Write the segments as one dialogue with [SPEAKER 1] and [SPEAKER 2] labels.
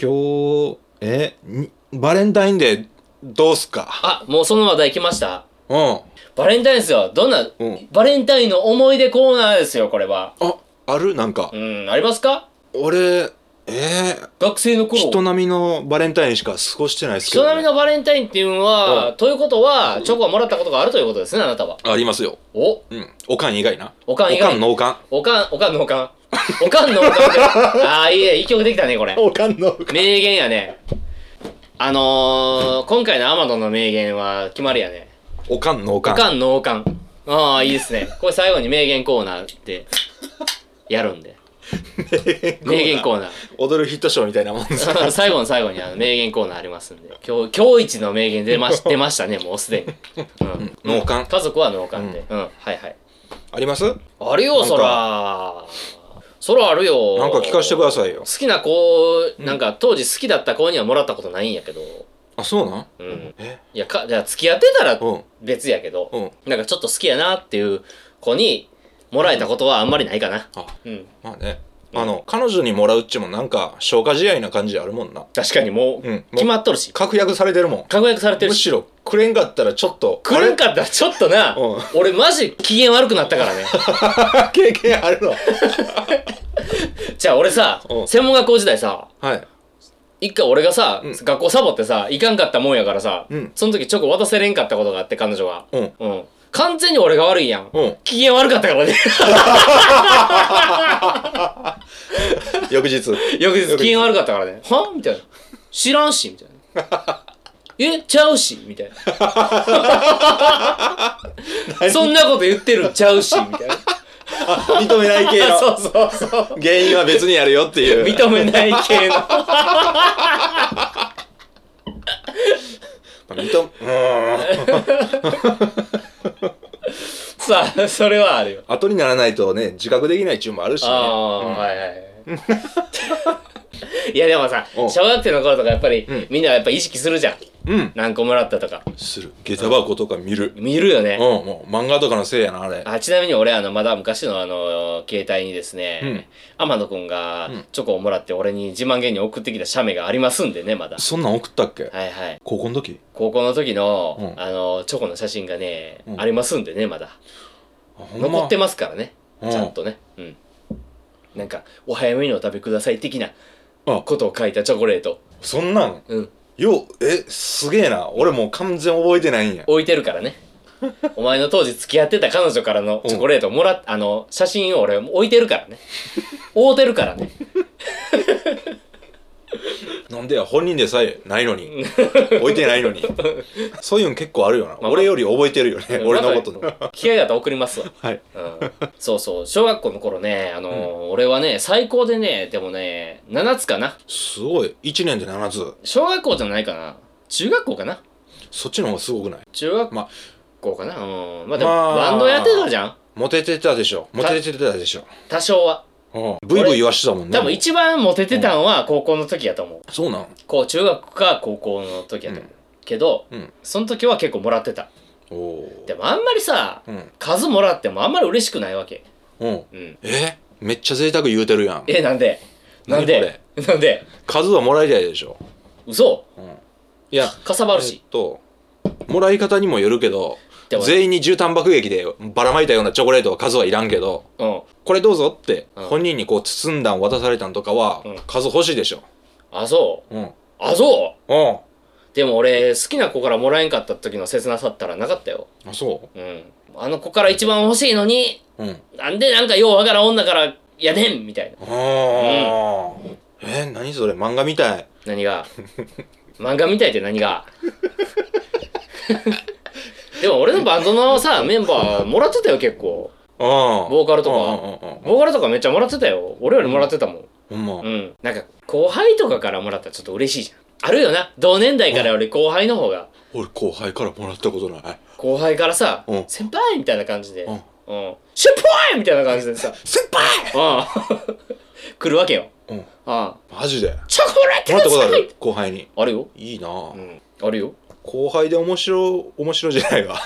[SPEAKER 1] 今日えにバレンタインデーどうすか
[SPEAKER 2] あ、もうその話題来ました。
[SPEAKER 1] うん
[SPEAKER 2] バレンタインですよ。どんな、
[SPEAKER 1] うん
[SPEAKER 2] バレンタインの思い出コーナーですよ、これは。
[SPEAKER 1] ああるなんか
[SPEAKER 2] うん、ありますか
[SPEAKER 1] 俺えー、
[SPEAKER 2] 学生の頃。
[SPEAKER 1] 人並みのバレンタインしか過ごしてないですけ
[SPEAKER 2] 人
[SPEAKER 1] ど、
[SPEAKER 2] 並み
[SPEAKER 1] ね、
[SPEAKER 2] のバレンタインっていうのは、ということは、チョコはもらったことがあるということですね、あなたは。
[SPEAKER 1] ありますよ
[SPEAKER 2] お
[SPEAKER 1] うんおかん以外な
[SPEAKER 2] おかん以
[SPEAKER 1] おか
[SPEAKER 2] 外
[SPEAKER 1] ん。のおかん
[SPEAKER 2] おかん、おかんのおかん。おかんのおかんって。 ああ、いいえ、一曲できたね、これ。
[SPEAKER 1] おかんのおかん
[SPEAKER 2] 名言やね。あのー、今回のアマドンの名言は決まりやね。
[SPEAKER 1] おかんのお
[SPEAKER 2] お
[SPEAKER 1] かん
[SPEAKER 2] かん、脳幹。ああ、いいですね。これ最後に名言コーナーって、やるんで。 名言コーナー。
[SPEAKER 1] 踊るヒットショーみたいなもん です
[SPEAKER 2] あの最後の最後にあの名言コーナーありますんで今日今日一の名言出 まし出ましたねもうすでに、うん、
[SPEAKER 1] 脳幹
[SPEAKER 2] 家族は脳幹で、うんはいはい
[SPEAKER 1] ありますな
[SPEAKER 2] ある
[SPEAKER 1] な
[SPEAKER 2] よ
[SPEAKER 1] んか
[SPEAKER 2] そらそらあるよ
[SPEAKER 1] んか聞かせてくださいよ
[SPEAKER 2] 好きな子なんか当時好きだった子にはもらったことないんやけど
[SPEAKER 1] あそうなん
[SPEAKER 2] うん
[SPEAKER 1] え
[SPEAKER 2] いやかじゃあ付き合ってたら
[SPEAKER 1] うん
[SPEAKER 2] 別やけど
[SPEAKER 1] うん
[SPEAKER 2] なんかちょっと好きやなっていう子にもらえたことはあんまりないかな
[SPEAKER 1] あ
[SPEAKER 2] うん
[SPEAKER 1] まあねあの彼女にもらうっちもなんか消化試合な感じあるもんな
[SPEAKER 2] 確かにも
[SPEAKER 1] うんも
[SPEAKER 2] う
[SPEAKER 1] う
[SPEAKER 2] 決まっとるし
[SPEAKER 1] 確約されてるもん
[SPEAKER 2] 確約されてる
[SPEAKER 1] む
[SPEAKER 2] し
[SPEAKER 1] しろくれんかったらちょっと
[SPEAKER 2] 来れんかったらちょっとな、
[SPEAKER 1] うん
[SPEAKER 2] 俺マジ機嫌悪くなったからね。
[SPEAKER 1] あれ経験ある の
[SPEAKER 2] じゃあ俺さ
[SPEAKER 1] う、ん
[SPEAKER 2] 専門学校時代さ、
[SPEAKER 1] はい
[SPEAKER 2] 一回俺がさ、
[SPEAKER 1] うん
[SPEAKER 2] 学校サボってさ、行かんかったもんやからさ、
[SPEAKER 1] うん
[SPEAKER 2] その時チョコ渡せれんかったことがあって彼女が。
[SPEAKER 1] うん
[SPEAKER 2] うん。完全に俺が悪いやん。
[SPEAKER 1] うん
[SPEAKER 2] 機嫌悪かったからね。
[SPEAKER 1] 翌日
[SPEAKER 2] 翌日機嫌悪かったからね。はみたいな。知らんし、みたいな。 えちゃうしみたいな。そんなこと言ってるんちゃうしみたいな。
[SPEAKER 1] 認めない系の
[SPEAKER 2] そうそうそう。
[SPEAKER 1] 原因は別にあるよっていう
[SPEAKER 2] 認めない系の。
[SPEAKER 1] まあ認うーん
[SPEAKER 2] さあ、それはあるよ。
[SPEAKER 1] 後にならないとね自覚できないチームもあるしね
[SPEAKER 2] ああ、はいはい。 いやでもさ、
[SPEAKER 1] うん
[SPEAKER 2] 小学生の頃とかやっぱり、
[SPEAKER 1] ん
[SPEAKER 2] みんなやっぱ意識するじゃん。
[SPEAKER 1] うん
[SPEAKER 2] 何個もらったとか。
[SPEAKER 1] する下駄箱とか見る
[SPEAKER 2] 見る
[SPEAKER 1] う
[SPEAKER 2] よ
[SPEAKER 1] ん
[SPEAKER 2] ね。
[SPEAKER 1] もう漫画とかのせいやなあれ
[SPEAKER 2] あちなみに俺あのまだ昔のあの携帯にです
[SPEAKER 1] うん
[SPEAKER 2] ね、天野くんがチョコをもらって俺に自慢げに送ってきた写メがありますんでねまだ。
[SPEAKER 1] そんなん送ったっけ
[SPEAKER 2] はいはい。
[SPEAKER 1] 高校の時
[SPEAKER 2] 高校の時の、
[SPEAKER 1] うん
[SPEAKER 2] あのチョコの写真がね、
[SPEAKER 1] うん
[SPEAKER 2] ありますんでねまだ。
[SPEAKER 1] あほんま
[SPEAKER 2] 残ってますからね、
[SPEAKER 1] うん
[SPEAKER 2] ちゃんとね、うん、なんか「お早めにお食べください」的な
[SPEAKER 1] あ
[SPEAKER 2] ことを書いたチョコレート、
[SPEAKER 1] そんなん
[SPEAKER 2] うん、
[SPEAKER 1] ようえすげえな俺もう完全覚えてないんや
[SPEAKER 2] 置いてるか らねお前の当時付き合ってた彼女からのチョコレートもらっあの写真を俺置いてるか らね覆うてるからね
[SPEAKER 1] なんでや本人でさえないの に置いてないのにそういうの結構あるよな、
[SPEAKER 2] まあ
[SPEAKER 1] 俺より覚えてるよね俺のことの、
[SPEAKER 2] まあ機会があったら送りますわ
[SPEAKER 1] はい
[SPEAKER 2] うんそうそう小学校の頃ね、あのー俺はね最高でねでもね7つかな
[SPEAKER 1] すごい1年で7つ
[SPEAKER 2] 小学校じゃないかな中学校かな
[SPEAKER 1] そっちの方がすごくない
[SPEAKER 2] 中学
[SPEAKER 1] ま
[SPEAKER 2] 校かな、うんまあでも、
[SPEAKER 1] まあ
[SPEAKER 2] バンドやってたじゃん
[SPEAKER 1] モテてたでしょモテてたでしょ
[SPEAKER 2] 多少は
[SPEAKER 1] うんブイブイ言わしてたもんね
[SPEAKER 2] 多分一番モテてたんは高校の時やと思う。
[SPEAKER 1] そうなん
[SPEAKER 2] こう中学か高校の時やと思う。けど、
[SPEAKER 1] うん
[SPEAKER 2] その時は結構もらってた。
[SPEAKER 1] おお
[SPEAKER 2] でもあんまりさ、
[SPEAKER 1] うん
[SPEAKER 2] 数もらってもあんまり嬉しくないわけ。
[SPEAKER 1] うん
[SPEAKER 2] うん。
[SPEAKER 1] えめっちゃ贅沢言うてるやん
[SPEAKER 2] え、なんでなんでなんで
[SPEAKER 1] 数はもらいたいでしょ
[SPEAKER 2] 嘘
[SPEAKER 1] いや
[SPEAKER 2] かさばる
[SPEAKER 1] えっ
[SPEAKER 2] し。
[SPEAKER 1] ともらい方にもよるけど
[SPEAKER 2] でもね
[SPEAKER 1] 全員に絨毯爆撃でばらまいたようなチョコレートは数はいらんけど
[SPEAKER 2] うん。
[SPEAKER 1] これどうぞって
[SPEAKER 2] うん
[SPEAKER 1] 本人にこう包んだん渡されたんとかは
[SPEAKER 2] うん
[SPEAKER 1] 数欲しいでしょ
[SPEAKER 2] あ、そう。
[SPEAKER 1] うん
[SPEAKER 2] あ、そう
[SPEAKER 1] うん
[SPEAKER 2] でも俺、好きな子からもらえんかった時の切なさったらなかったよ。
[SPEAKER 1] あそ
[SPEAKER 2] うん。あの子から一番欲しいのに、
[SPEAKER 1] ううん
[SPEAKER 2] なんでなんかようわからん女からやねんみたいな。
[SPEAKER 1] ああえー何それ漫画みたい
[SPEAKER 2] 何が漫画みたいって何が でも俺のバンドのさメンバーもらってたよ結構
[SPEAKER 1] うん
[SPEAKER 2] ボーカルと
[SPEAKER 1] うんうんうん
[SPEAKER 2] かボーカルとかめっちゃもらってたよ俺よりもらってたもん
[SPEAKER 1] ほんま
[SPEAKER 2] うん、なんか後輩とかからもらったらちょっと嬉しいじゃんあるよな同年代からより後輩の方が
[SPEAKER 1] 俺後輩からもらったことない
[SPEAKER 2] 後輩からさ
[SPEAKER 1] うん
[SPEAKER 2] 「先輩!」みたいな感じで「
[SPEAKER 1] う
[SPEAKER 2] うんん、先輩!」みたいな感じでさ
[SPEAKER 1] 先輩
[SPEAKER 2] うん 来るわけよ
[SPEAKER 1] うん
[SPEAKER 2] うん
[SPEAKER 1] マジでも
[SPEAKER 2] チョコもらって
[SPEAKER 1] らった
[SPEAKER 2] くだ
[SPEAKER 1] ことあ
[SPEAKER 2] さい
[SPEAKER 1] る後輩に
[SPEAKER 2] あるよ、
[SPEAKER 1] いいなあ
[SPEAKER 2] うん、あるよ
[SPEAKER 1] 後輩で面白面白じゃないわ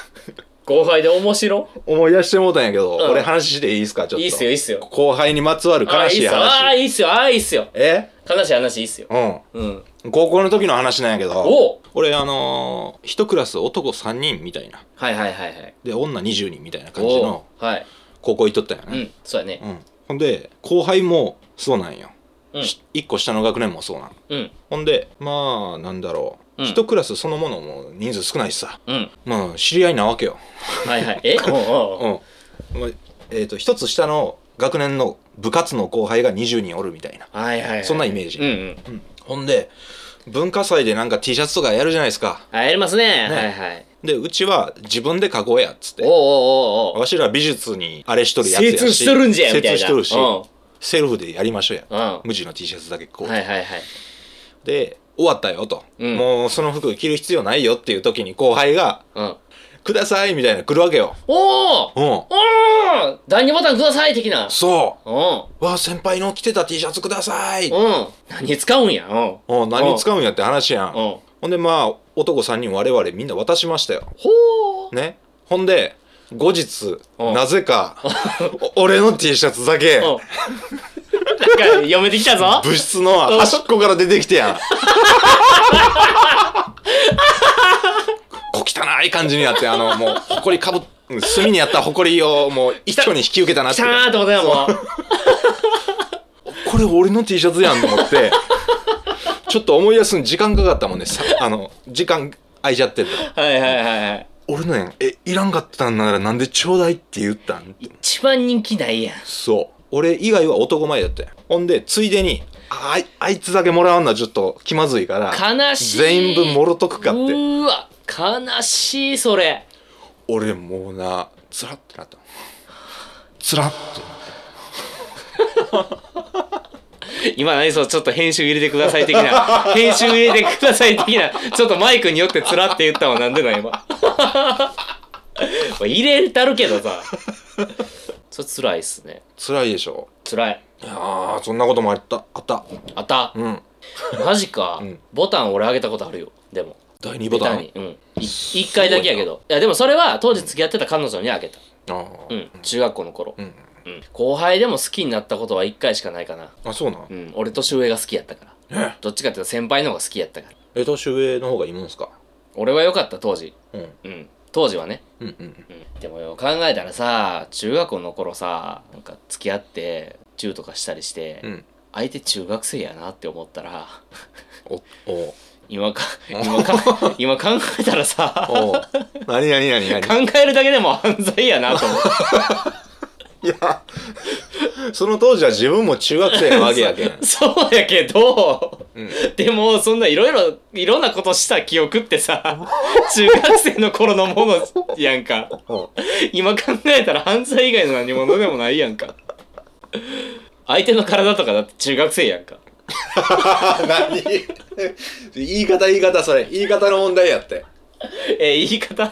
[SPEAKER 2] 後輩で面白
[SPEAKER 1] 思い出してもうたんやけど、
[SPEAKER 2] うん
[SPEAKER 1] 俺話していいですかちょっと
[SPEAKER 2] いいっすよいいっすよ
[SPEAKER 1] 後輩にまつわる
[SPEAKER 2] あ
[SPEAKER 1] 悲
[SPEAKER 2] ーい
[SPEAKER 1] し
[SPEAKER 2] い
[SPEAKER 1] い
[SPEAKER 2] っすよあー
[SPEAKER 1] 話
[SPEAKER 2] いいっすよあーいいっすよ
[SPEAKER 1] え
[SPEAKER 2] 悲しい話いいっすよ
[SPEAKER 1] うん
[SPEAKER 2] うん
[SPEAKER 1] 高校の時の話なんやけど
[SPEAKER 2] お
[SPEAKER 1] 俺あのー、一クラス男3人みたいな
[SPEAKER 2] はいはいはいはい
[SPEAKER 1] で女20人みたいな感じ
[SPEAKER 2] お
[SPEAKER 1] の
[SPEAKER 2] はい
[SPEAKER 1] 高校行っとったんや
[SPEAKER 2] う
[SPEAKER 1] ね、
[SPEAKER 2] んそうやね
[SPEAKER 1] うんほんで後輩もそうなんよ、
[SPEAKER 2] うん
[SPEAKER 1] 1個下の学年もそうなん
[SPEAKER 2] うん
[SPEAKER 1] ほんでまあなんだろう、
[SPEAKER 2] うん
[SPEAKER 1] 一クラスそのものも人数少ないしさ
[SPEAKER 2] うん
[SPEAKER 1] まあ知り合いなわけよ
[SPEAKER 2] はいはいえおうおうお
[SPEAKER 1] う
[SPEAKER 2] う
[SPEAKER 1] んまあえー、と一つ下の学年の部活の後輩が20人おるみたいな
[SPEAKER 2] はいはいはい
[SPEAKER 1] そんなイメージ、
[SPEAKER 2] うんうん
[SPEAKER 1] うんほんで文化祭でなんか T シャツとかやるじゃないですか
[SPEAKER 2] あやりますね
[SPEAKER 1] ね
[SPEAKER 2] はいはい
[SPEAKER 1] でうちは自分で書こうやっつって
[SPEAKER 2] おうおうおうおう
[SPEAKER 1] わしら美術にあれしとるやつや
[SPEAKER 2] 精通しとるんじゃみたいな
[SPEAKER 1] 精通しとるし
[SPEAKER 2] う
[SPEAKER 1] セルフでやりましょうや
[SPEAKER 2] んうん
[SPEAKER 1] 無地の T シャツだけこう、
[SPEAKER 2] はいはいはい
[SPEAKER 1] で終わったよと、
[SPEAKER 2] うん
[SPEAKER 1] もうその服着る必要ないよっていう時に後輩が
[SPEAKER 2] うん
[SPEAKER 1] 「ください」みたいなの来るわけよ
[SPEAKER 2] おお
[SPEAKER 1] うん
[SPEAKER 2] おお第二ボタンください的な
[SPEAKER 1] そ
[SPEAKER 2] うんうん
[SPEAKER 1] うわ先輩の着てた T シャツください
[SPEAKER 2] 何に使うんやうん
[SPEAKER 1] お何使うんやって話やん
[SPEAKER 2] うん
[SPEAKER 1] ほんでまあ男3人我々みんな渡しましたよ。
[SPEAKER 2] ほう
[SPEAKER 1] ね。ほんで後日
[SPEAKER 2] うん
[SPEAKER 1] なぜかお俺の T シャツだけ
[SPEAKER 2] うんなんか読めてきた ぞ
[SPEAKER 1] 部室の端っこから出てきてやん。小汚い感じになってあのもう埃かぶっ炭にあった埃をもう一挙に引き受けたなっ
[SPEAKER 2] き
[SPEAKER 1] て
[SPEAKER 2] たーってことやもん
[SPEAKER 1] これ俺の T シャツやんと思ってちょっと思い出すのに時間かかったもんねさあの時間空いちゃってて
[SPEAKER 2] はいはいはいはい
[SPEAKER 1] 俺のやんえいらんかったんならなんでちょうだいって言ったん
[SPEAKER 2] 一番人気ないやん
[SPEAKER 1] そう俺以外は男前だったよほんでついでにああいあいつだけもらうのはちょっと気まずいから
[SPEAKER 2] 悲しい
[SPEAKER 1] 全員分もろとくかっ
[SPEAKER 2] う
[SPEAKER 1] て
[SPEAKER 2] ーわ悲しいそれ
[SPEAKER 1] 俺もうなつらってなったつらって
[SPEAKER 2] 今何そうちょっと編集入れてください的 な編集入れてください的なちょっとマイクによってつらって言ったのはなんでなん 今入れたるけどさそれつらいっすね
[SPEAKER 1] つらいでしょ
[SPEAKER 2] つらい
[SPEAKER 1] いやーそんなこともあったあった
[SPEAKER 2] あった
[SPEAKER 1] うん
[SPEAKER 2] マジか、
[SPEAKER 1] うん
[SPEAKER 2] ボタン俺上げたことあるよでも
[SPEAKER 1] 第2ボタ
[SPEAKER 2] ベ
[SPEAKER 1] ン
[SPEAKER 2] タにうんい一回だけやけどいやでもそれは当時付き合ってた彼女にあげた
[SPEAKER 1] あ
[SPEAKER 2] う
[SPEAKER 1] ー
[SPEAKER 2] ん中学校の頃、
[SPEAKER 1] うん
[SPEAKER 2] うん後輩でも好きになったことは一回しかないかな
[SPEAKER 1] あそうなん
[SPEAKER 2] うん俺年上が好きやったから
[SPEAKER 1] え
[SPEAKER 2] どっちかっていうと先輩の方が好きやったから
[SPEAKER 1] え年上の方がいいもんすか
[SPEAKER 2] 俺は良かった当時
[SPEAKER 1] うん
[SPEAKER 2] うん当時はね、
[SPEAKER 1] うんうん
[SPEAKER 2] うん、でもよ考えたらさ中学校の頃さなんか付き合ってチューとかしたりして、
[SPEAKER 1] うん
[SPEAKER 2] 相手中学生やなって思ったら
[SPEAKER 1] おお
[SPEAKER 2] 今か今か 今考えたらさ
[SPEAKER 1] おう何何何何
[SPEAKER 2] 考えるだけでも犯罪やなと思って
[SPEAKER 1] いやその当時は自分も中学生な わけ やけん
[SPEAKER 2] そうやけど、
[SPEAKER 1] うん
[SPEAKER 2] でもそんないろいろいろんなことした記憶って さ中学生の頃のものやんか今考えたら犯罪以外の何者でもないやんか相手の体とかだって中学生やんか
[SPEAKER 1] 何言い方言い方それ言い方の問題やって
[SPEAKER 2] え言い方、
[SPEAKER 1] ん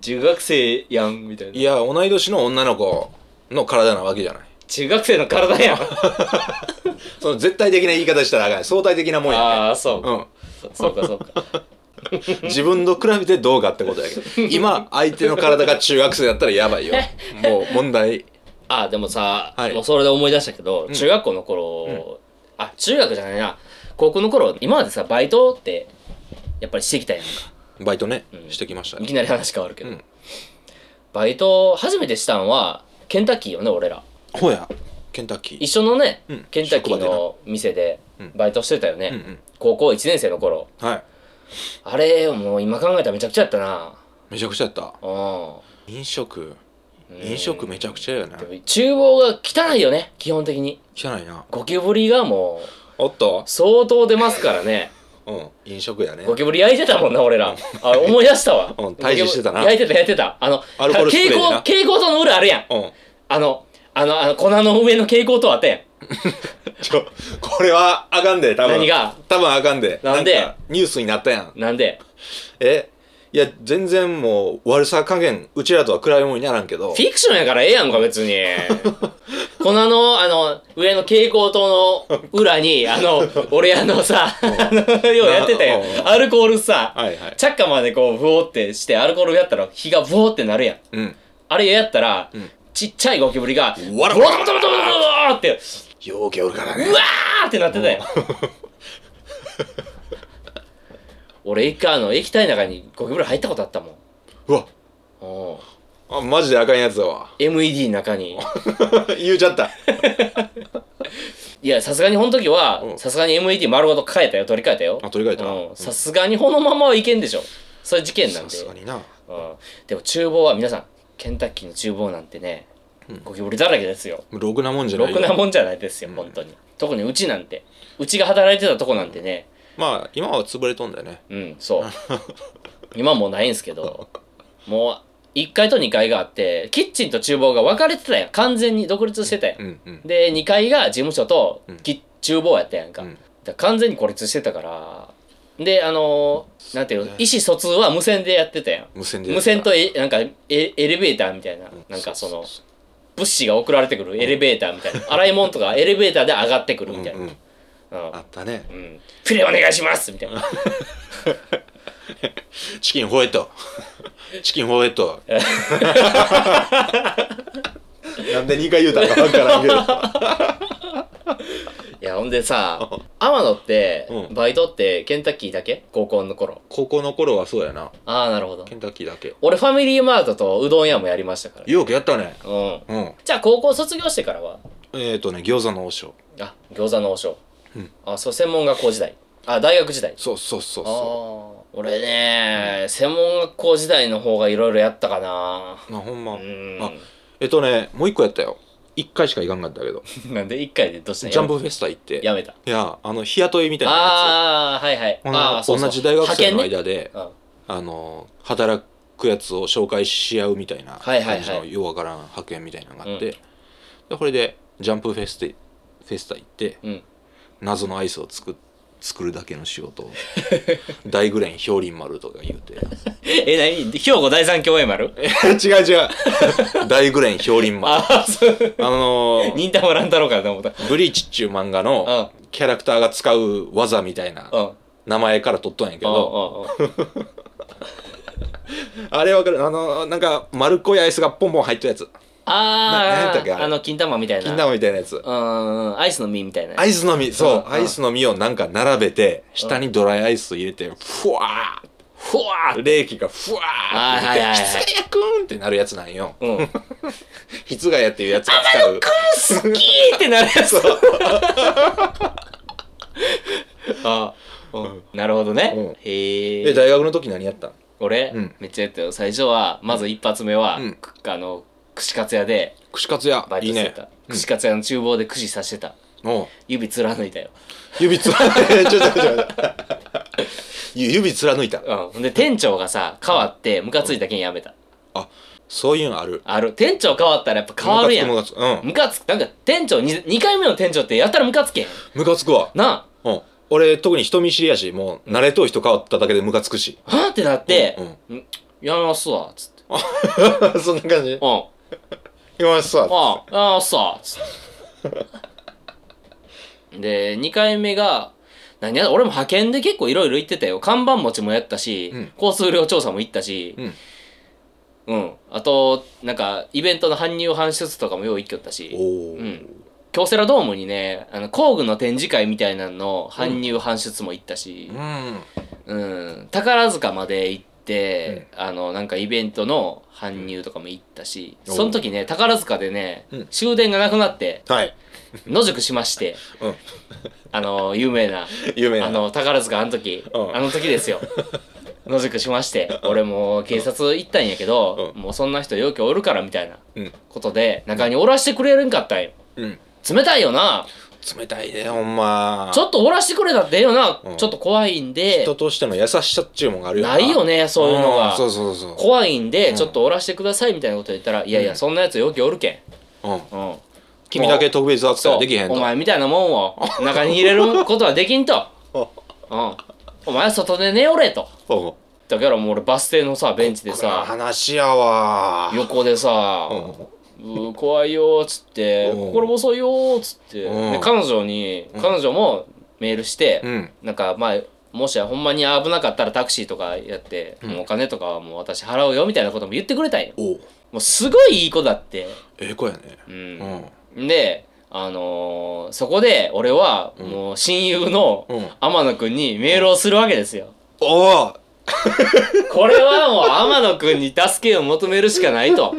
[SPEAKER 2] 中学生やんみたいない
[SPEAKER 1] や同い年の女の子の体なわけじゃない
[SPEAKER 2] 中学生の 体やん
[SPEAKER 1] その絶対的な言い方したらあかん相対的なもんや
[SPEAKER 2] ああそう
[SPEAKER 1] ね、
[SPEAKER 2] か、そうかそうか
[SPEAKER 1] うん、自分と比べてどうかってことや けど今相手の体が中学生だったらやばいよもう問題
[SPEAKER 2] あでもさ、
[SPEAKER 1] はい
[SPEAKER 2] もうそれで思い出したけど、
[SPEAKER 1] うん
[SPEAKER 2] 中学校の頃、あ中学じゃないな高校の頃今までさバイトってやっぱりしてきたやんか
[SPEAKER 1] バイトね、
[SPEAKER 2] うん
[SPEAKER 1] してきました
[SPEAKER 2] い
[SPEAKER 1] ね
[SPEAKER 2] きなり話変わるけど、
[SPEAKER 1] うん
[SPEAKER 2] バイト初めてしたんはケンタッキーよね俺ら
[SPEAKER 1] ほやケンタッキー
[SPEAKER 2] 一緒のね、
[SPEAKER 1] うん
[SPEAKER 2] ケンタッキーの店で
[SPEAKER 1] うん
[SPEAKER 2] バイトしてたよね、
[SPEAKER 1] うんうん
[SPEAKER 2] 高校1年生の頃
[SPEAKER 1] はい
[SPEAKER 2] あれもう今考えたらめちゃくちゃやったな
[SPEAKER 1] めちゃくちゃやった
[SPEAKER 2] う
[SPEAKER 1] 飲食
[SPEAKER 2] ん
[SPEAKER 1] 飲食めちゃくちゃやな
[SPEAKER 2] でも厨房が汚いよね基本的に
[SPEAKER 1] 汚いな
[SPEAKER 2] ゴキブリがもう
[SPEAKER 1] おっと
[SPEAKER 2] 相当出ますからね
[SPEAKER 1] うん飲食やね
[SPEAKER 2] ゴキブリ焼いてたもんな俺らあ思い出したわ
[SPEAKER 1] うん退治してたな
[SPEAKER 2] ゴキブリ焼いてた焼いてたあの
[SPEAKER 1] アルコールスプレーで
[SPEAKER 2] 蛍
[SPEAKER 1] な
[SPEAKER 2] 光蛍光灯の裏あるやん
[SPEAKER 1] うん
[SPEAKER 2] あのあのあの粉の上の蛍光灯あったやん
[SPEAKER 1] ちょこれはあかんで多分
[SPEAKER 2] 何が
[SPEAKER 1] 多分あかんで
[SPEAKER 2] なんで
[SPEAKER 1] かニュースになったやん
[SPEAKER 2] なんで
[SPEAKER 1] えいや全然もう悪さ加減うちらとは比べ物にならんけど
[SPEAKER 2] フィクションやからええやんか別に粉の、あの、上の蛍光灯の 裏に、あの、俺あのさ、あの、ようやってたよ
[SPEAKER 1] う。ん
[SPEAKER 2] アルコールさ、
[SPEAKER 1] はいはい
[SPEAKER 2] チャッカまでこう、ブオーってして、アルコールやったら、火がブオーってなるやん。
[SPEAKER 1] うん
[SPEAKER 2] あれやったら、
[SPEAKER 1] ん
[SPEAKER 2] ちっちゃいゴキブリが、
[SPEAKER 1] わら
[SPEAKER 2] ボロボロボロボロボロボロって、
[SPEAKER 1] ようけおるからね
[SPEAKER 2] うわーってなって たよ。俺一回あの、液体の中にゴキブリ入ったことあったもん。
[SPEAKER 1] うわ
[SPEAKER 2] おう
[SPEAKER 1] あマジであかんやつだわ
[SPEAKER 2] MED の中に。
[SPEAKER 1] 言うちゃった
[SPEAKER 2] いや、さすがにこの時は
[SPEAKER 1] う、ん
[SPEAKER 2] さすがに MED 丸ごと変えたよ、取り替えたよ。
[SPEAKER 1] あ取り替えた
[SPEAKER 2] うん
[SPEAKER 1] うん
[SPEAKER 2] さすがにこのままはいけんでしょ。それ事件な
[SPEAKER 1] さ
[SPEAKER 2] んで。
[SPEAKER 1] すがにな
[SPEAKER 2] うん。でも厨房は皆さん、ケンタッキーの厨房なんてね、ゴキブリだらけですよ。
[SPEAKER 1] ろくなもんじゃな
[SPEAKER 2] ろ
[SPEAKER 1] い
[SPEAKER 2] くなもんじゃないですよ、本当に。特にうちなんて。うちが働いてたとこなんてね、
[SPEAKER 1] まあ今は潰れとんだよね
[SPEAKER 2] う ん、そう。今もうないんすけど、もう、1階と2階があって、キッチンと厨房が分かれてたやん。完全に独立してたやん
[SPEAKER 1] う。んうん
[SPEAKER 2] で2階が事務所とキッ、厨房やったやんか,、
[SPEAKER 1] うん
[SPEAKER 2] だから完全に孤立してたからであのーなんていうの意思疎通は無線でやってたやん
[SPEAKER 1] 無線で
[SPEAKER 2] 無線とえなんかエエレベーターみたいな、なんかその物資が送られてくるエレベーターみたいな、洗い物とかエレベーターで上がってくるみたいな、
[SPEAKER 1] う
[SPEAKER 2] うんん
[SPEAKER 1] うんあったね
[SPEAKER 2] うんフィレお願いしますみたい な
[SPEAKER 1] チキンホエッ トチキンホエット なんで2回言うたか分からんけど
[SPEAKER 2] いやほんでさ天野って、
[SPEAKER 1] うん
[SPEAKER 2] バイトってケンタッキーだけ高校の頃
[SPEAKER 1] 高校の頃はそうやな
[SPEAKER 2] ああなるほど
[SPEAKER 1] ケンタッキーだけ
[SPEAKER 2] 俺ファミリーマートとうどん屋もやりましたから
[SPEAKER 1] よくやったね
[SPEAKER 2] うん
[SPEAKER 1] うん
[SPEAKER 2] じゃあ高校卒業してからは
[SPEAKER 1] えっ、ー、とね餃子の王将
[SPEAKER 2] あ餃子の王将、
[SPEAKER 1] うん
[SPEAKER 2] あそう専門学校時代あ大学時代
[SPEAKER 1] そうそうそう
[SPEAKER 2] あ
[SPEAKER 1] そ
[SPEAKER 2] あ俺ね、専門学校時代の方がいろいろやったかな
[SPEAKER 1] うなほんま
[SPEAKER 2] うん
[SPEAKER 1] あえっとねもう一個やったよ一回しか行かんかったけど
[SPEAKER 2] なんで一回でどうし
[SPEAKER 1] ジ
[SPEAKER 2] たん
[SPEAKER 1] ャンボフェスタ行って
[SPEAKER 2] やめた
[SPEAKER 1] いやあの日雇いみたいなや
[SPEAKER 2] ああーはいはい
[SPEAKER 1] つこの
[SPEAKER 2] あーそうそう
[SPEAKER 1] 同じ大学生の
[SPEAKER 2] 派
[SPEAKER 1] 間で、
[SPEAKER 2] 遣ね、
[SPEAKER 1] あの働くやつを紹介し合うみたいな
[SPEAKER 2] はいはいは
[SPEAKER 1] 感
[SPEAKER 2] い
[SPEAKER 1] じのようわからん派遣みたいなのがあって、
[SPEAKER 2] うん
[SPEAKER 1] でこれでジャンプフェステフェスタ行って
[SPEAKER 2] うん、うん
[SPEAKER 1] 謎のアイスを作っ作るだけの仕事を 大紅蓮氷林丸とか言う て
[SPEAKER 2] え何兵庫第三共栄丸
[SPEAKER 1] え違う違う 大紅蓮氷林丸あ
[SPEAKER 2] ああそう
[SPEAKER 1] のー
[SPEAKER 2] 忍たま乱太郎かと思った
[SPEAKER 1] ブリーチっちゅう漫画の
[SPEAKER 2] う
[SPEAKER 1] キャラクターが使う技みたいな
[SPEAKER 2] うん
[SPEAKER 1] 名前から取っとんやけ
[SPEAKER 2] うん
[SPEAKER 1] ど
[SPEAKER 2] うんうん
[SPEAKER 1] あれわかるあのなんか丸っこいアイスがポンポン入ったやつな何や
[SPEAKER 2] あ
[SPEAKER 1] ったっけ
[SPEAKER 2] ー
[SPEAKER 1] あれ
[SPEAKER 2] あの金玉みたいな
[SPEAKER 1] 金玉みたいなやつ
[SPEAKER 2] うんうんアイスの実みたいな
[SPEAKER 1] アイスの実
[SPEAKER 2] うん
[SPEAKER 1] そううんアイスの実をなんか並べて下にドライアイス入れてふわ
[SPEAKER 2] ふわーっ
[SPEAKER 1] ーって冷気がふわーって
[SPEAKER 2] あーはいはいはい
[SPEAKER 1] 出て「ひつがやくん!」ってなるやつなんよ
[SPEAKER 2] うん。
[SPEAKER 1] ひつがやっていうやつが使う
[SPEAKER 2] 好きーってなるやつ。 あ、うん、なるほどね。
[SPEAKER 1] うん
[SPEAKER 2] へ
[SPEAKER 1] え
[SPEAKER 2] え。
[SPEAKER 1] 大学の時何やったん
[SPEAKER 2] 俺、
[SPEAKER 1] うん
[SPEAKER 2] めっちゃやったよ。最初は、まず一発目は、
[SPEAKER 1] うん
[SPEAKER 2] くあの、串カツ屋で
[SPEAKER 1] 串カツ屋
[SPEAKER 2] バイト
[SPEAKER 1] いい
[SPEAKER 2] して
[SPEAKER 1] ね
[SPEAKER 2] た。串カツ屋の厨房で串刺してた。
[SPEAKER 1] おう
[SPEAKER 2] 指貫いたよ。
[SPEAKER 1] 指つら ちょちょちょちょ指貫いた
[SPEAKER 2] うん。ほんで、店長がさ、変わって、ムカついたけんやめた。
[SPEAKER 1] あそういうのある
[SPEAKER 2] ある。店長変わったらやっぱ変わるやん。
[SPEAKER 1] ムカつくムカつくうん
[SPEAKER 2] ムカつく。なんか、店長に、2回目の店長ってやったらムカつけへん。
[SPEAKER 1] ムカつくわ
[SPEAKER 2] なあ。
[SPEAKER 1] うん俺特に人見知りやしもう慣れとう人変わっただけでムカつくし
[SPEAKER 2] はぁってなって、
[SPEAKER 1] うん
[SPEAKER 2] んやめますわ、つって。
[SPEAKER 1] そんな感じ
[SPEAKER 2] うん。
[SPEAKER 1] 今さ
[SPEAKER 2] ああ、ああ、さあ、つって で、2回目が、何や、俺も派遣で結構いろいろ行ってたよ。看板持ちもやったし、
[SPEAKER 1] うん
[SPEAKER 2] 交通量調査も行ったし、
[SPEAKER 1] うん
[SPEAKER 2] うん。あと、なんか、イベントの搬入搬出とかもよう行きよったし、
[SPEAKER 1] おお
[SPEAKER 2] うん京セラドームにね、あの工具の展示会みたいなのの搬入搬出も行ったし
[SPEAKER 1] う、ん
[SPEAKER 2] うん、宝塚まで行って、あの、なんかイベントの搬入とかも行ったし、
[SPEAKER 1] うん
[SPEAKER 2] その時ね、宝塚でね、
[SPEAKER 1] うん
[SPEAKER 2] 終電がなくなって、
[SPEAKER 1] はい
[SPEAKER 2] 野宿しまして、
[SPEAKER 1] うん
[SPEAKER 2] あの、有名な、
[SPEAKER 1] 有名な
[SPEAKER 2] あの、宝塚あの時、
[SPEAKER 1] うん
[SPEAKER 2] あの時で すよ。野宿しまして、俺もう警察行ったんやけど、
[SPEAKER 1] うん
[SPEAKER 2] もうそんな人よくおるからみたいな
[SPEAKER 1] うん
[SPEAKER 2] ことで、中におらしてくれるんかったんよ。
[SPEAKER 1] うん
[SPEAKER 2] 冷たいよな。
[SPEAKER 1] 冷たいねほんま
[SPEAKER 2] ちょっとおらしてくれたってええよな。
[SPEAKER 1] うん
[SPEAKER 2] ちょっと怖いんで
[SPEAKER 1] 人、としての優しさっちゅうもんがあるよ
[SPEAKER 2] ないよ
[SPEAKER 1] ね
[SPEAKER 2] ね、そういうのが。
[SPEAKER 1] そうそうそう
[SPEAKER 2] 怖いんで、
[SPEAKER 1] ん
[SPEAKER 2] ちょっとおらしてくださいみたいなこと言ったら、いやいうや、
[SPEAKER 1] ん
[SPEAKER 2] そんなやつよくおるけん。
[SPEAKER 1] そううん
[SPEAKER 2] うん。
[SPEAKER 1] 君だけ特別扱
[SPEAKER 2] そ
[SPEAKER 1] いうできへん
[SPEAKER 2] お
[SPEAKER 1] と
[SPEAKER 2] 前みたいなもんを中に入れることはでき んと。うん。お前は外で寝おれと。
[SPEAKER 1] お
[SPEAKER 2] だからもう俺バス停のさ、ベンチで
[SPEAKER 1] さ
[SPEAKER 2] さ、
[SPEAKER 1] 話やわ
[SPEAKER 2] 横でさ、
[SPEAKER 1] うん
[SPEAKER 2] うー怖いよーっつって
[SPEAKER 1] うん
[SPEAKER 2] 心細いよーっつって
[SPEAKER 1] うん
[SPEAKER 2] で彼女に
[SPEAKER 1] うん
[SPEAKER 2] 彼女もメールして、
[SPEAKER 1] うん
[SPEAKER 2] なんかまあもしほんまに危なかったらタクシーとかやって、
[SPEAKER 1] うん
[SPEAKER 2] もうお金とかはもう私払うよみたいなことも言ってくれたんよ
[SPEAKER 1] おう
[SPEAKER 2] もうすごいいい子だって
[SPEAKER 1] ええ子やね
[SPEAKER 2] う、
[SPEAKER 1] うんん
[SPEAKER 2] であのーそこで俺は
[SPEAKER 1] うん
[SPEAKER 2] もう親友の
[SPEAKER 1] うん
[SPEAKER 2] 天野くんにメールをするわけですよ、
[SPEAKER 1] おお
[SPEAKER 2] これは もう天野くんに助けを求めるしかないと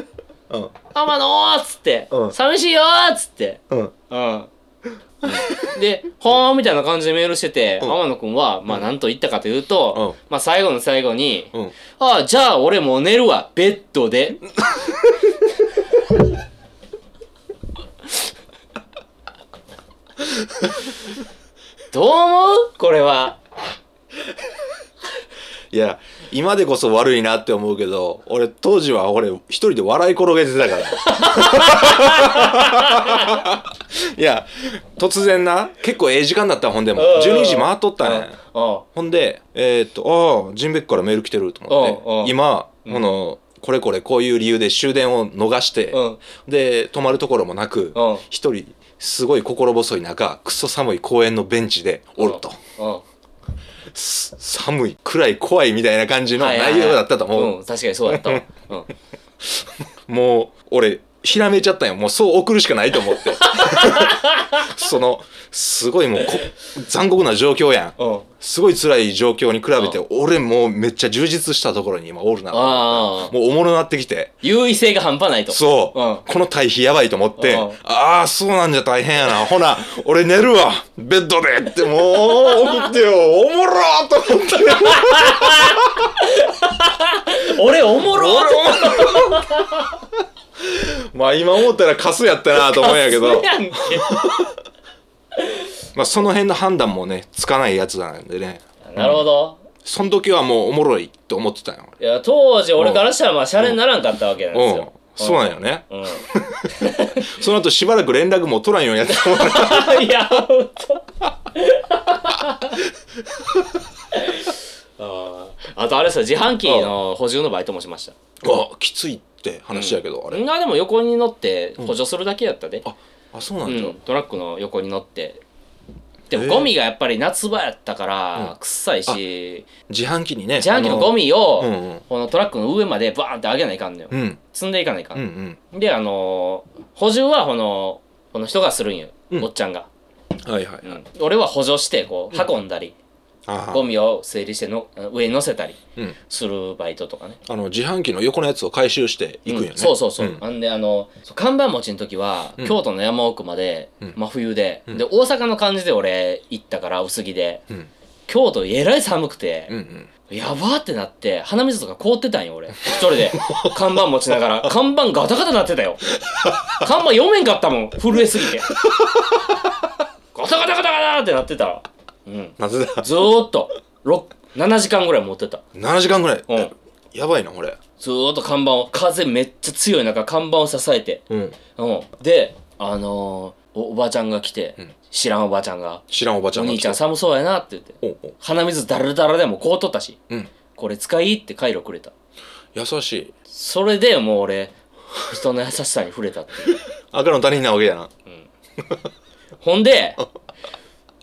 [SPEAKER 1] うん
[SPEAKER 2] 天野ーっつって、
[SPEAKER 1] うん
[SPEAKER 2] 寂しいよーっつって
[SPEAKER 1] うん
[SPEAKER 2] うんで「ほー」みたいな感じでメールしてて、
[SPEAKER 1] うん
[SPEAKER 2] 天野くんはまあ何と言ったかというと、
[SPEAKER 1] うん
[SPEAKER 2] まあ最後の最後に「
[SPEAKER 1] うん
[SPEAKER 2] ああじゃあ俺もう寝るわベッド で」どう思うこれは。
[SPEAKER 1] いや今でこそ悪いなって思うけど俺当時は俺一人で笑い転げてたから いや突然な結構ええ時間だったほんでも
[SPEAKER 2] うん
[SPEAKER 1] 12時回っとったね
[SPEAKER 2] うん
[SPEAKER 1] ほんでえーっと「ああジンベックからメール来てる」と
[SPEAKER 2] うん
[SPEAKER 1] 思っ
[SPEAKER 2] うん
[SPEAKER 1] て今このこれこれこういう理由で終電を逃して
[SPEAKER 2] うん
[SPEAKER 1] で泊まるところもなく
[SPEAKER 2] うん
[SPEAKER 1] 一人すごい心細い中クソ寒い公園のベンチでおると。
[SPEAKER 2] うん
[SPEAKER 1] す寒い暗い怖いみたいな感じの内容だったと思う、
[SPEAKER 2] はいはいはいうん、確かにそうだったわ。うん
[SPEAKER 1] もう俺ひらめいちゃったんよもうそう送るしかないと思って そのすごいもうこ残酷な状況やん
[SPEAKER 2] うん。
[SPEAKER 1] すごい辛い状況に比べて俺もうめっちゃ充実したところに今おるなも
[SPEAKER 2] ああ、
[SPEAKER 1] うおもろなってきて
[SPEAKER 2] 優位性が半端ないと。
[SPEAKER 1] そう、
[SPEAKER 2] うん
[SPEAKER 1] この対比やばいと思って、
[SPEAKER 2] うん
[SPEAKER 1] ああそうなんじゃ大変やなほな俺寝るわベッドでってもう送ってよおもろーと思って
[SPEAKER 2] 俺おもろ
[SPEAKER 1] まあ今思ったらカスやったなと思うんやけ
[SPEAKER 2] そ
[SPEAKER 1] ど
[SPEAKER 2] うやんけ
[SPEAKER 1] まあその辺の判断もねつかないやつなんでね
[SPEAKER 2] なるほど。
[SPEAKER 1] その時はもうおもろいって思ってたよ
[SPEAKER 2] いや、当時俺からしたらまあ、シャレにならんかったわけなん
[SPEAKER 1] 俺
[SPEAKER 2] です
[SPEAKER 1] うん
[SPEAKER 2] よ。
[SPEAKER 1] そうなんよね
[SPEAKER 2] うん。
[SPEAKER 1] その後しばらく連絡も取らんようにやってたもん
[SPEAKER 2] いや、ほん と。あーあとあれですよ自販機の補充のバイトもしました
[SPEAKER 1] あきついって話やけどあ
[SPEAKER 2] み
[SPEAKER 1] れ
[SPEAKER 2] んなでも横に乗って補助するだけやったで、
[SPEAKER 1] ああそうな
[SPEAKER 2] うん
[SPEAKER 1] だ
[SPEAKER 2] ん、トラックの横に乗ってでも
[SPEAKER 1] えー
[SPEAKER 2] ゴミがやっぱり夏場やったか
[SPEAKER 1] う
[SPEAKER 2] ら
[SPEAKER 1] ん
[SPEAKER 2] 臭いし、
[SPEAKER 1] 自販機にね
[SPEAKER 2] 自販機の
[SPEAKER 1] あ
[SPEAKER 2] ゴミを、
[SPEAKER 1] うんうん
[SPEAKER 2] このトラックの上までバーンって上げないかんのよ、
[SPEAKER 1] うん
[SPEAKER 2] 積んでいかないか
[SPEAKER 1] うん
[SPEAKER 2] ん、
[SPEAKER 1] うん
[SPEAKER 2] であのー補充はこのこの人がするんよ、
[SPEAKER 1] うん
[SPEAKER 2] おっちゃんが、
[SPEAKER 1] はいはい
[SPEAKER 2] うん俺は補助してこう運んだり、
[SPEAKER 1] あ
[SPEAKER 2] ゴ
[SPEAKER 1] あ
[SPEAKER 2] ミを整理しての上に乗せたり
[SPEAKER 1] うん
[SPEAKER 2] するバイトとかね
[SPEAKER 1] あの自販機の横のやつを回収していくよね
[SPEAKER 2] うんそうそうそう、
[SPEAKER 1] ん
[SPEAKER 2] あんであのそう看板持ちの時は、
[SPEAKER 1] うん
[SPEAKER 2] 京都の山奥まで、
[SPEAKER 1] うん
[SPEAKER 2] 真冬で、
[SPEAKER 1] うん
[SPEAKER 2] で大阪の感じで俺行ったから薄着で
[SPEAKER 1] うん
[SPEAKER 2] 京都えらい寒くて、
[SPEAKER 1] うんうん
[SPEAKER 2] やばーってなって鼻水とか凍ってたんよ俺一人 で看板持ちながら看板ガタガタなってたよ看板読めんかったもん震えすぎてガタガタガタガタってなってたうん
[SPEAKER 1] なぜだ
[SPEAKER 2] ずーっと六7時間ぐらい持ってた
[SPEAKER 1] 7時間ぐらい
[SPEAKER 2] うん
[SPEAKER 1] やばいなこれ
[SPEAKER 2] ずーっと看板を風めっちゃ強い中看板を支えて
[SPEAKER 1] うん
[SPEAKER 2] うんであのーおおばちゃんが来て、
[SPEAKER 1] ん
[SPEAKER 2] 知らんおばちゃんが
[SPEAKER 1] 知らんおばち
[SPEAKER 2] 「
[SPEAKER 1] ゃ
[SPEAKER 2] お
[SPEAKER 1] んが
[SPEAKER 2] 兄
[SPEAKER 1] 来
[SPEAKER 2] ちゃ
[SPEAKER 1] た
[SPEAKER 2] ん寒そうやな」って言って
[SPEAKER 1] おうおう
[SPEAKER 2] 鼻水だらだらでも凍っとったし
[SPEAKER 1] うん
[SPEAKER 2] 「これ使い?」って回路くれた
[SPEAKER 1] 優しい
[SPEAKER 2] それでもう俺人の優しさに触れたって いう
[SPEAKER 1] 赤の他人なわけやな
[SPEAKER 2] ほんで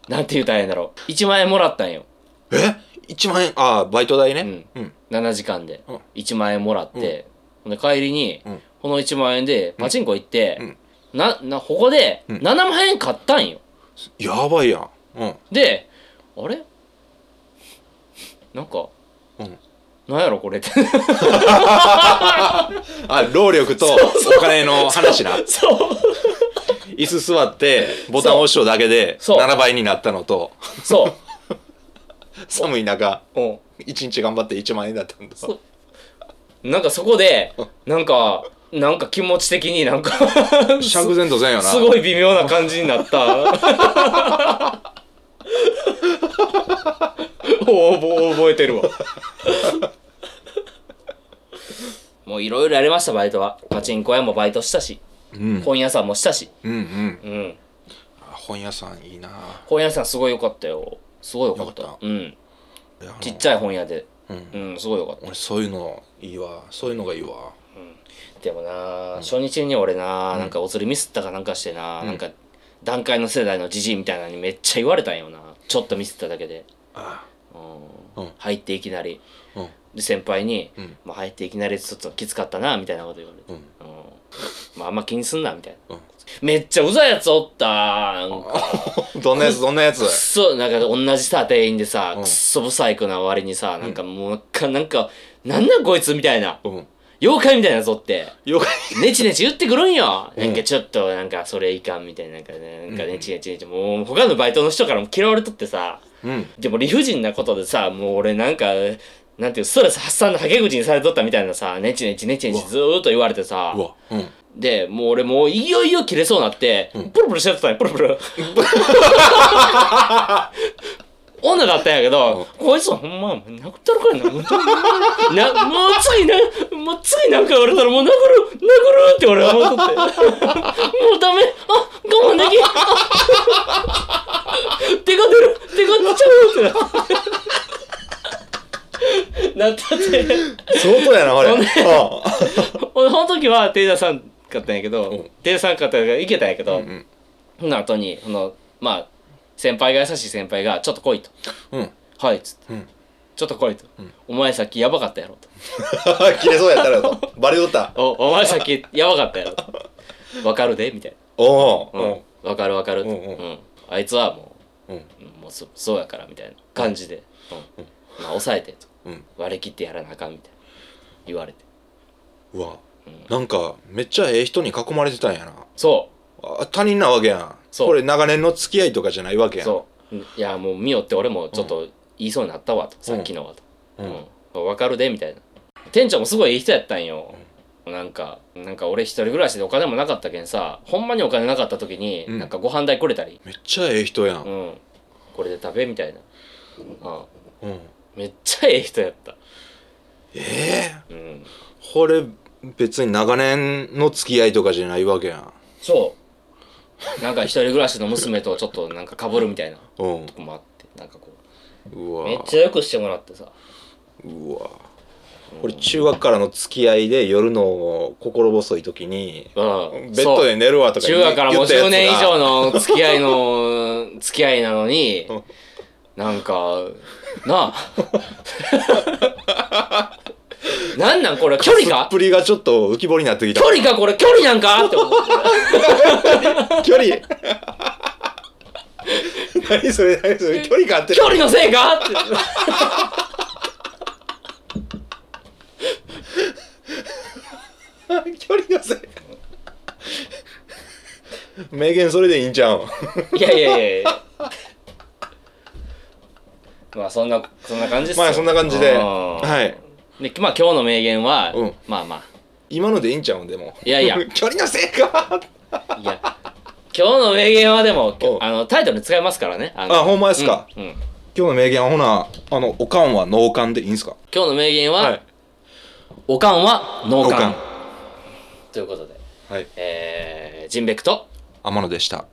[SPEAKER 2] なんて言うたらええんだろう1万円もらったんよ
[SPEAKER 1] え1万円ああバイト代ねうん
[SPEAKER 2] 7時間で
[SPEAKER 1] うん
[SPEAKER 2] 1万円もらって、ほんで帰りに、
[SPEAKER 1] うん
[SPEAKER 2] この1万円でパチンコ行って、
[SPEAKER 1] うん
[SPEAKER 2] ななここで
[SPEAKER 1] うん
[SPEAKER 2] 7万円買ったんよ
[SPEAKER 1] やばいやんうん
[SPEAKER 2] であれなんか、
[SPEAKER 1] うん
[SPEAKER 2] なんやろこれって
[SPEAKER 1] あ労力とお金の話な
[SPEAKER 2] そう
[SPEAKER 1] 椅子座ってボタン押しとだけで
[SPEAKER 2] そう
[SPEAKER 1] 7倍になったのと
[SPEAKER 2] そ
[SPEAKER 1] 寒い中
[SPEAKER 2] う、うん
[SPEAKER 1] 1日頑張って1万円だったんだ
[SPEAKER 2] そうなんかそこで、なんか、なんか気持ち的になんか
[SPEAKER 1] 釈然とせんよな
[SPEAKER 2] すごい微妙な感じになった。 おぼ覚えてるわ。もういろいろやりました、バイトは。パチンコ屋もバイトしたし、
[SPEAKER 1] うん
[SPEAKER 2] 本屋さんもしたし。
[SPEAKER 1] うんうん
[SPEAKER 2] うん。
[SPEAKER 1] あ本屋さんいいな
[SPEAKER 2] 本屋さんすごい良かったよ。すごい良かった。
[SPEAKER 1] 良かっ
[SPEAKER 2] うん。
[SPEAKER 1] いやあの
[SPEAKER 2] ちっちゃい本屋で。
[SPEAKER 1] うん
[SPEAKER 2] うん、すごい良かった。
[SPEAKER 1] 俺そういうのいいわそういうのがいいわ
[SPEAKER 2] うんでもな、初日に俺な、なんかお釣りミスったかなんかしてな、なんか段階の世代のじじいみたいなのにめっちゃ言われたんよなちょっとミスっただけで、
[SPEAKER 1] あ
[SPEAKER 2] うん
[SPEAKER 1] うん
[SPEAKER 2] 入っていきなり
[SPEAKER 1] あうん
[SPEAKER 2] で先輩に、
[SPEAKER 1] うん
[SPEAKER 2] まあ、入っていきなりちょっときつかったなみたいなこと言われて、
[SPEAKER 1] うん
[SPEAKER 2] うんまああんま気にすんなみたいな
[SPEAKER 1] うん
[SPEAKER 2] めっちゃうざいやつおったなんか
[SPEAKER 1] どんなやつどんなやつ
[SPEAKER 2] くっそなんか同じさ店員でさ、
[SPEAKER 1] うん
[SPEAKER 2] くっそブサイクな割にさなんかもうなんかなんかなんなんこいつみたいな
[SPEAKER 1] うん
[SPEAKER 2] 妖怪みたいなやつおって
[SPEAKER 1] よか
[SPEAKER 2] ネチネチ言ってくるんよ、
[SPEAKER 1] うん
[SPEAKER 2] なんかちょっとなんかそれいかんみたいななんかねなんかネチネチネチもう他のバイトの人からも嫌われとってさ
[SPEAKER 1] うん
[SPEAKER 2] でも理不尽なことでさもう俺なんかなんていうストレス発散のはけ口にされとったみたいなさネチネチネチネチずーっと言われてさ
[SPEAKER 1] うわうん
[SPEAKER 2] でもう俺もういよいよ切れそうになって、プルプルしちゃってたよプルプ ル女だったんやけど、こいつほんま殴ってるからなもうなもう次なもう次なんか言われたらもう殴る殴るって俺は思っとってもうダメあ我慢できんあ手が出る手が出ちゃうってななったって。
[SPEAKER 1] 相当やなこれあ
[SPEAKER 2] 俺その時は手出さんかったんやけど、
[SPEAKER 1] うん
[SPEAKER 2] 手出さんかったからいけたんやけど、
[SPEAKER 1] あうん
[SPEAKER 2] その後にそのまあ先輩が優しい先輩が「ちょっと来い」と
[SPEAKER 1] うん
[SPEAKER 2] 「はい」っつって
[SPEAKER 1] うん
[SPEAKER 2] 「ちょっと来い」と「お前さっきやばかったやろ」と
[SPEAKER 1] 切れそうやったらとバレとった
[SPEAKER 2] 「おお前さっき やばかったやろ」と「わかるで」みたい
[SPEAKER 1] お
[SPEAKER 2] な「うん
[SPEAKER 1] お
[SPEAKER 2] わかるわかる」と
[SPEAKER 1] う
[SPEAKER 2] うん
[SPEAKER 1] うん
[SPEAKER 2] んあいつはも
[SPEAKER 1] うんうん
[SPEAKER 2] ううんもうそそうやから」みたいな感じで「うんまあ抑えて」と
[SPEAKER 1] うん
[SPEAKER 2] 「割り切ってやらなあかん」みたいな言われて
[SPEAKER 1] うわなんかめっちゃええ人に囲まれてたんやな
[SPEAKER 2] そう
[SPEAKER 1] あ他人なわけやん
[SPEAKER 2] そう
[SPEAKER 1] これ長年の付き合いとかじゃないわけやん
[SPEAKER 2] そういやもう見よって俺もちょっと言いそうになったわと、さっきのはと、
[SPEAKER 1] う
[SPEAKER 2] うんん分かるでみたいな店長もすごいいい人やったんよ、なんかなんか俺一人暮らしでお金もなかったけんさほんまにお金なかった時に、
[SPEAKER 1] うん
[SPEAKER 2] なんかご飯代くれたり、
[SPEAKER 1] めっちゃええ人や
[SPEAKER 2] うんん、これで食べみたいな、うん、
[SPEAKER 1] うん
[SPEAKER 2] めっちゃええ人やった、
[SPEAKER 1] ええ
[SPEAKER 2] うん、
[SPEAKER 1] これ別に長年の付き合いとかじゃないわけやん
[SPEAKER 2] そうなんか一人暮らしの娘とちょっとなんかかぶるみたいなと
[SPEAKER 1] うん
[SPEAKER 2] こもあってなんかこ
[SPEAKER 1] う
[SPEAKER 2] う
[SPEAKER 1] わ
[SPEAKER 2] めっちゃよくしてもらってさ
[SPEAKER 1] うわこれ中学からの付き合いで夜の心細い時に
[SPEAKER 2] うん
[SPEAKER 1] ベッドで寝るわとか
[SPEAKER 2] 中学からもう10年以上
[SPEAKER 1] の
[SPEAKER 2] の付き合いの付き合いなのに
[SPEAKER 1] うん
[SPEAKER 2] なんかなあなんなんこれ距 離か
[SPEAKER 1] プリがちょっと浮き彫りになってきた
[SPEAKER 2] 距離かこれ距離な んかって思って
[SPEAKER 1] 距離 何それ何それ距離があってる
[SPEAKER 2] 距離のせいかって
[SPEAKER 1] 距離のせい名言それでいいんちゃうん
[SPEAKER 2] いやいやいやいやまあそんなそんな感じっすよ
[SPEAKER 1] まあそんな感じで
[SPEAKER 2] うん
[SPEAKER 1] はい
[SPEAKER 2] でまあ今日の名言は、
[SPEAKER 1] うん
[SPEAKER 2] まあま
[SPEAKER 1] 今のでいいんちゃうんでも
[SPEAKER 2] いやいや
[SPEAKER 1] 距離のせいか
[SPEAKER 2] あいや今日の名言はでも
[SPEAKER 1] うん
[SPEAKER 2] あのタイトルに使えますからねあ
[SPEAKER 1] あ
[SPEAKER 2] の
[SPEAKER 1] ほんまですか、
[SPEAKER 2] うんうん
[SPEAKER 1] 今日の名言はほなあのおかんは脳幹でいいんすか
[SPEAKER 2] 今日の名言は、
[SPEAKER 1] はい
[SPEAKER 2] おかんは脳
[SPEAKER 1] おか
[SPEAKER 2] 幹
[SPEAKER 1] ん
[SPEAKER 2] ということで、
[SPEAKER 1] はい
[SPEAKER 2] えー、ジンベクと
[SPEAKER 1] 天野でした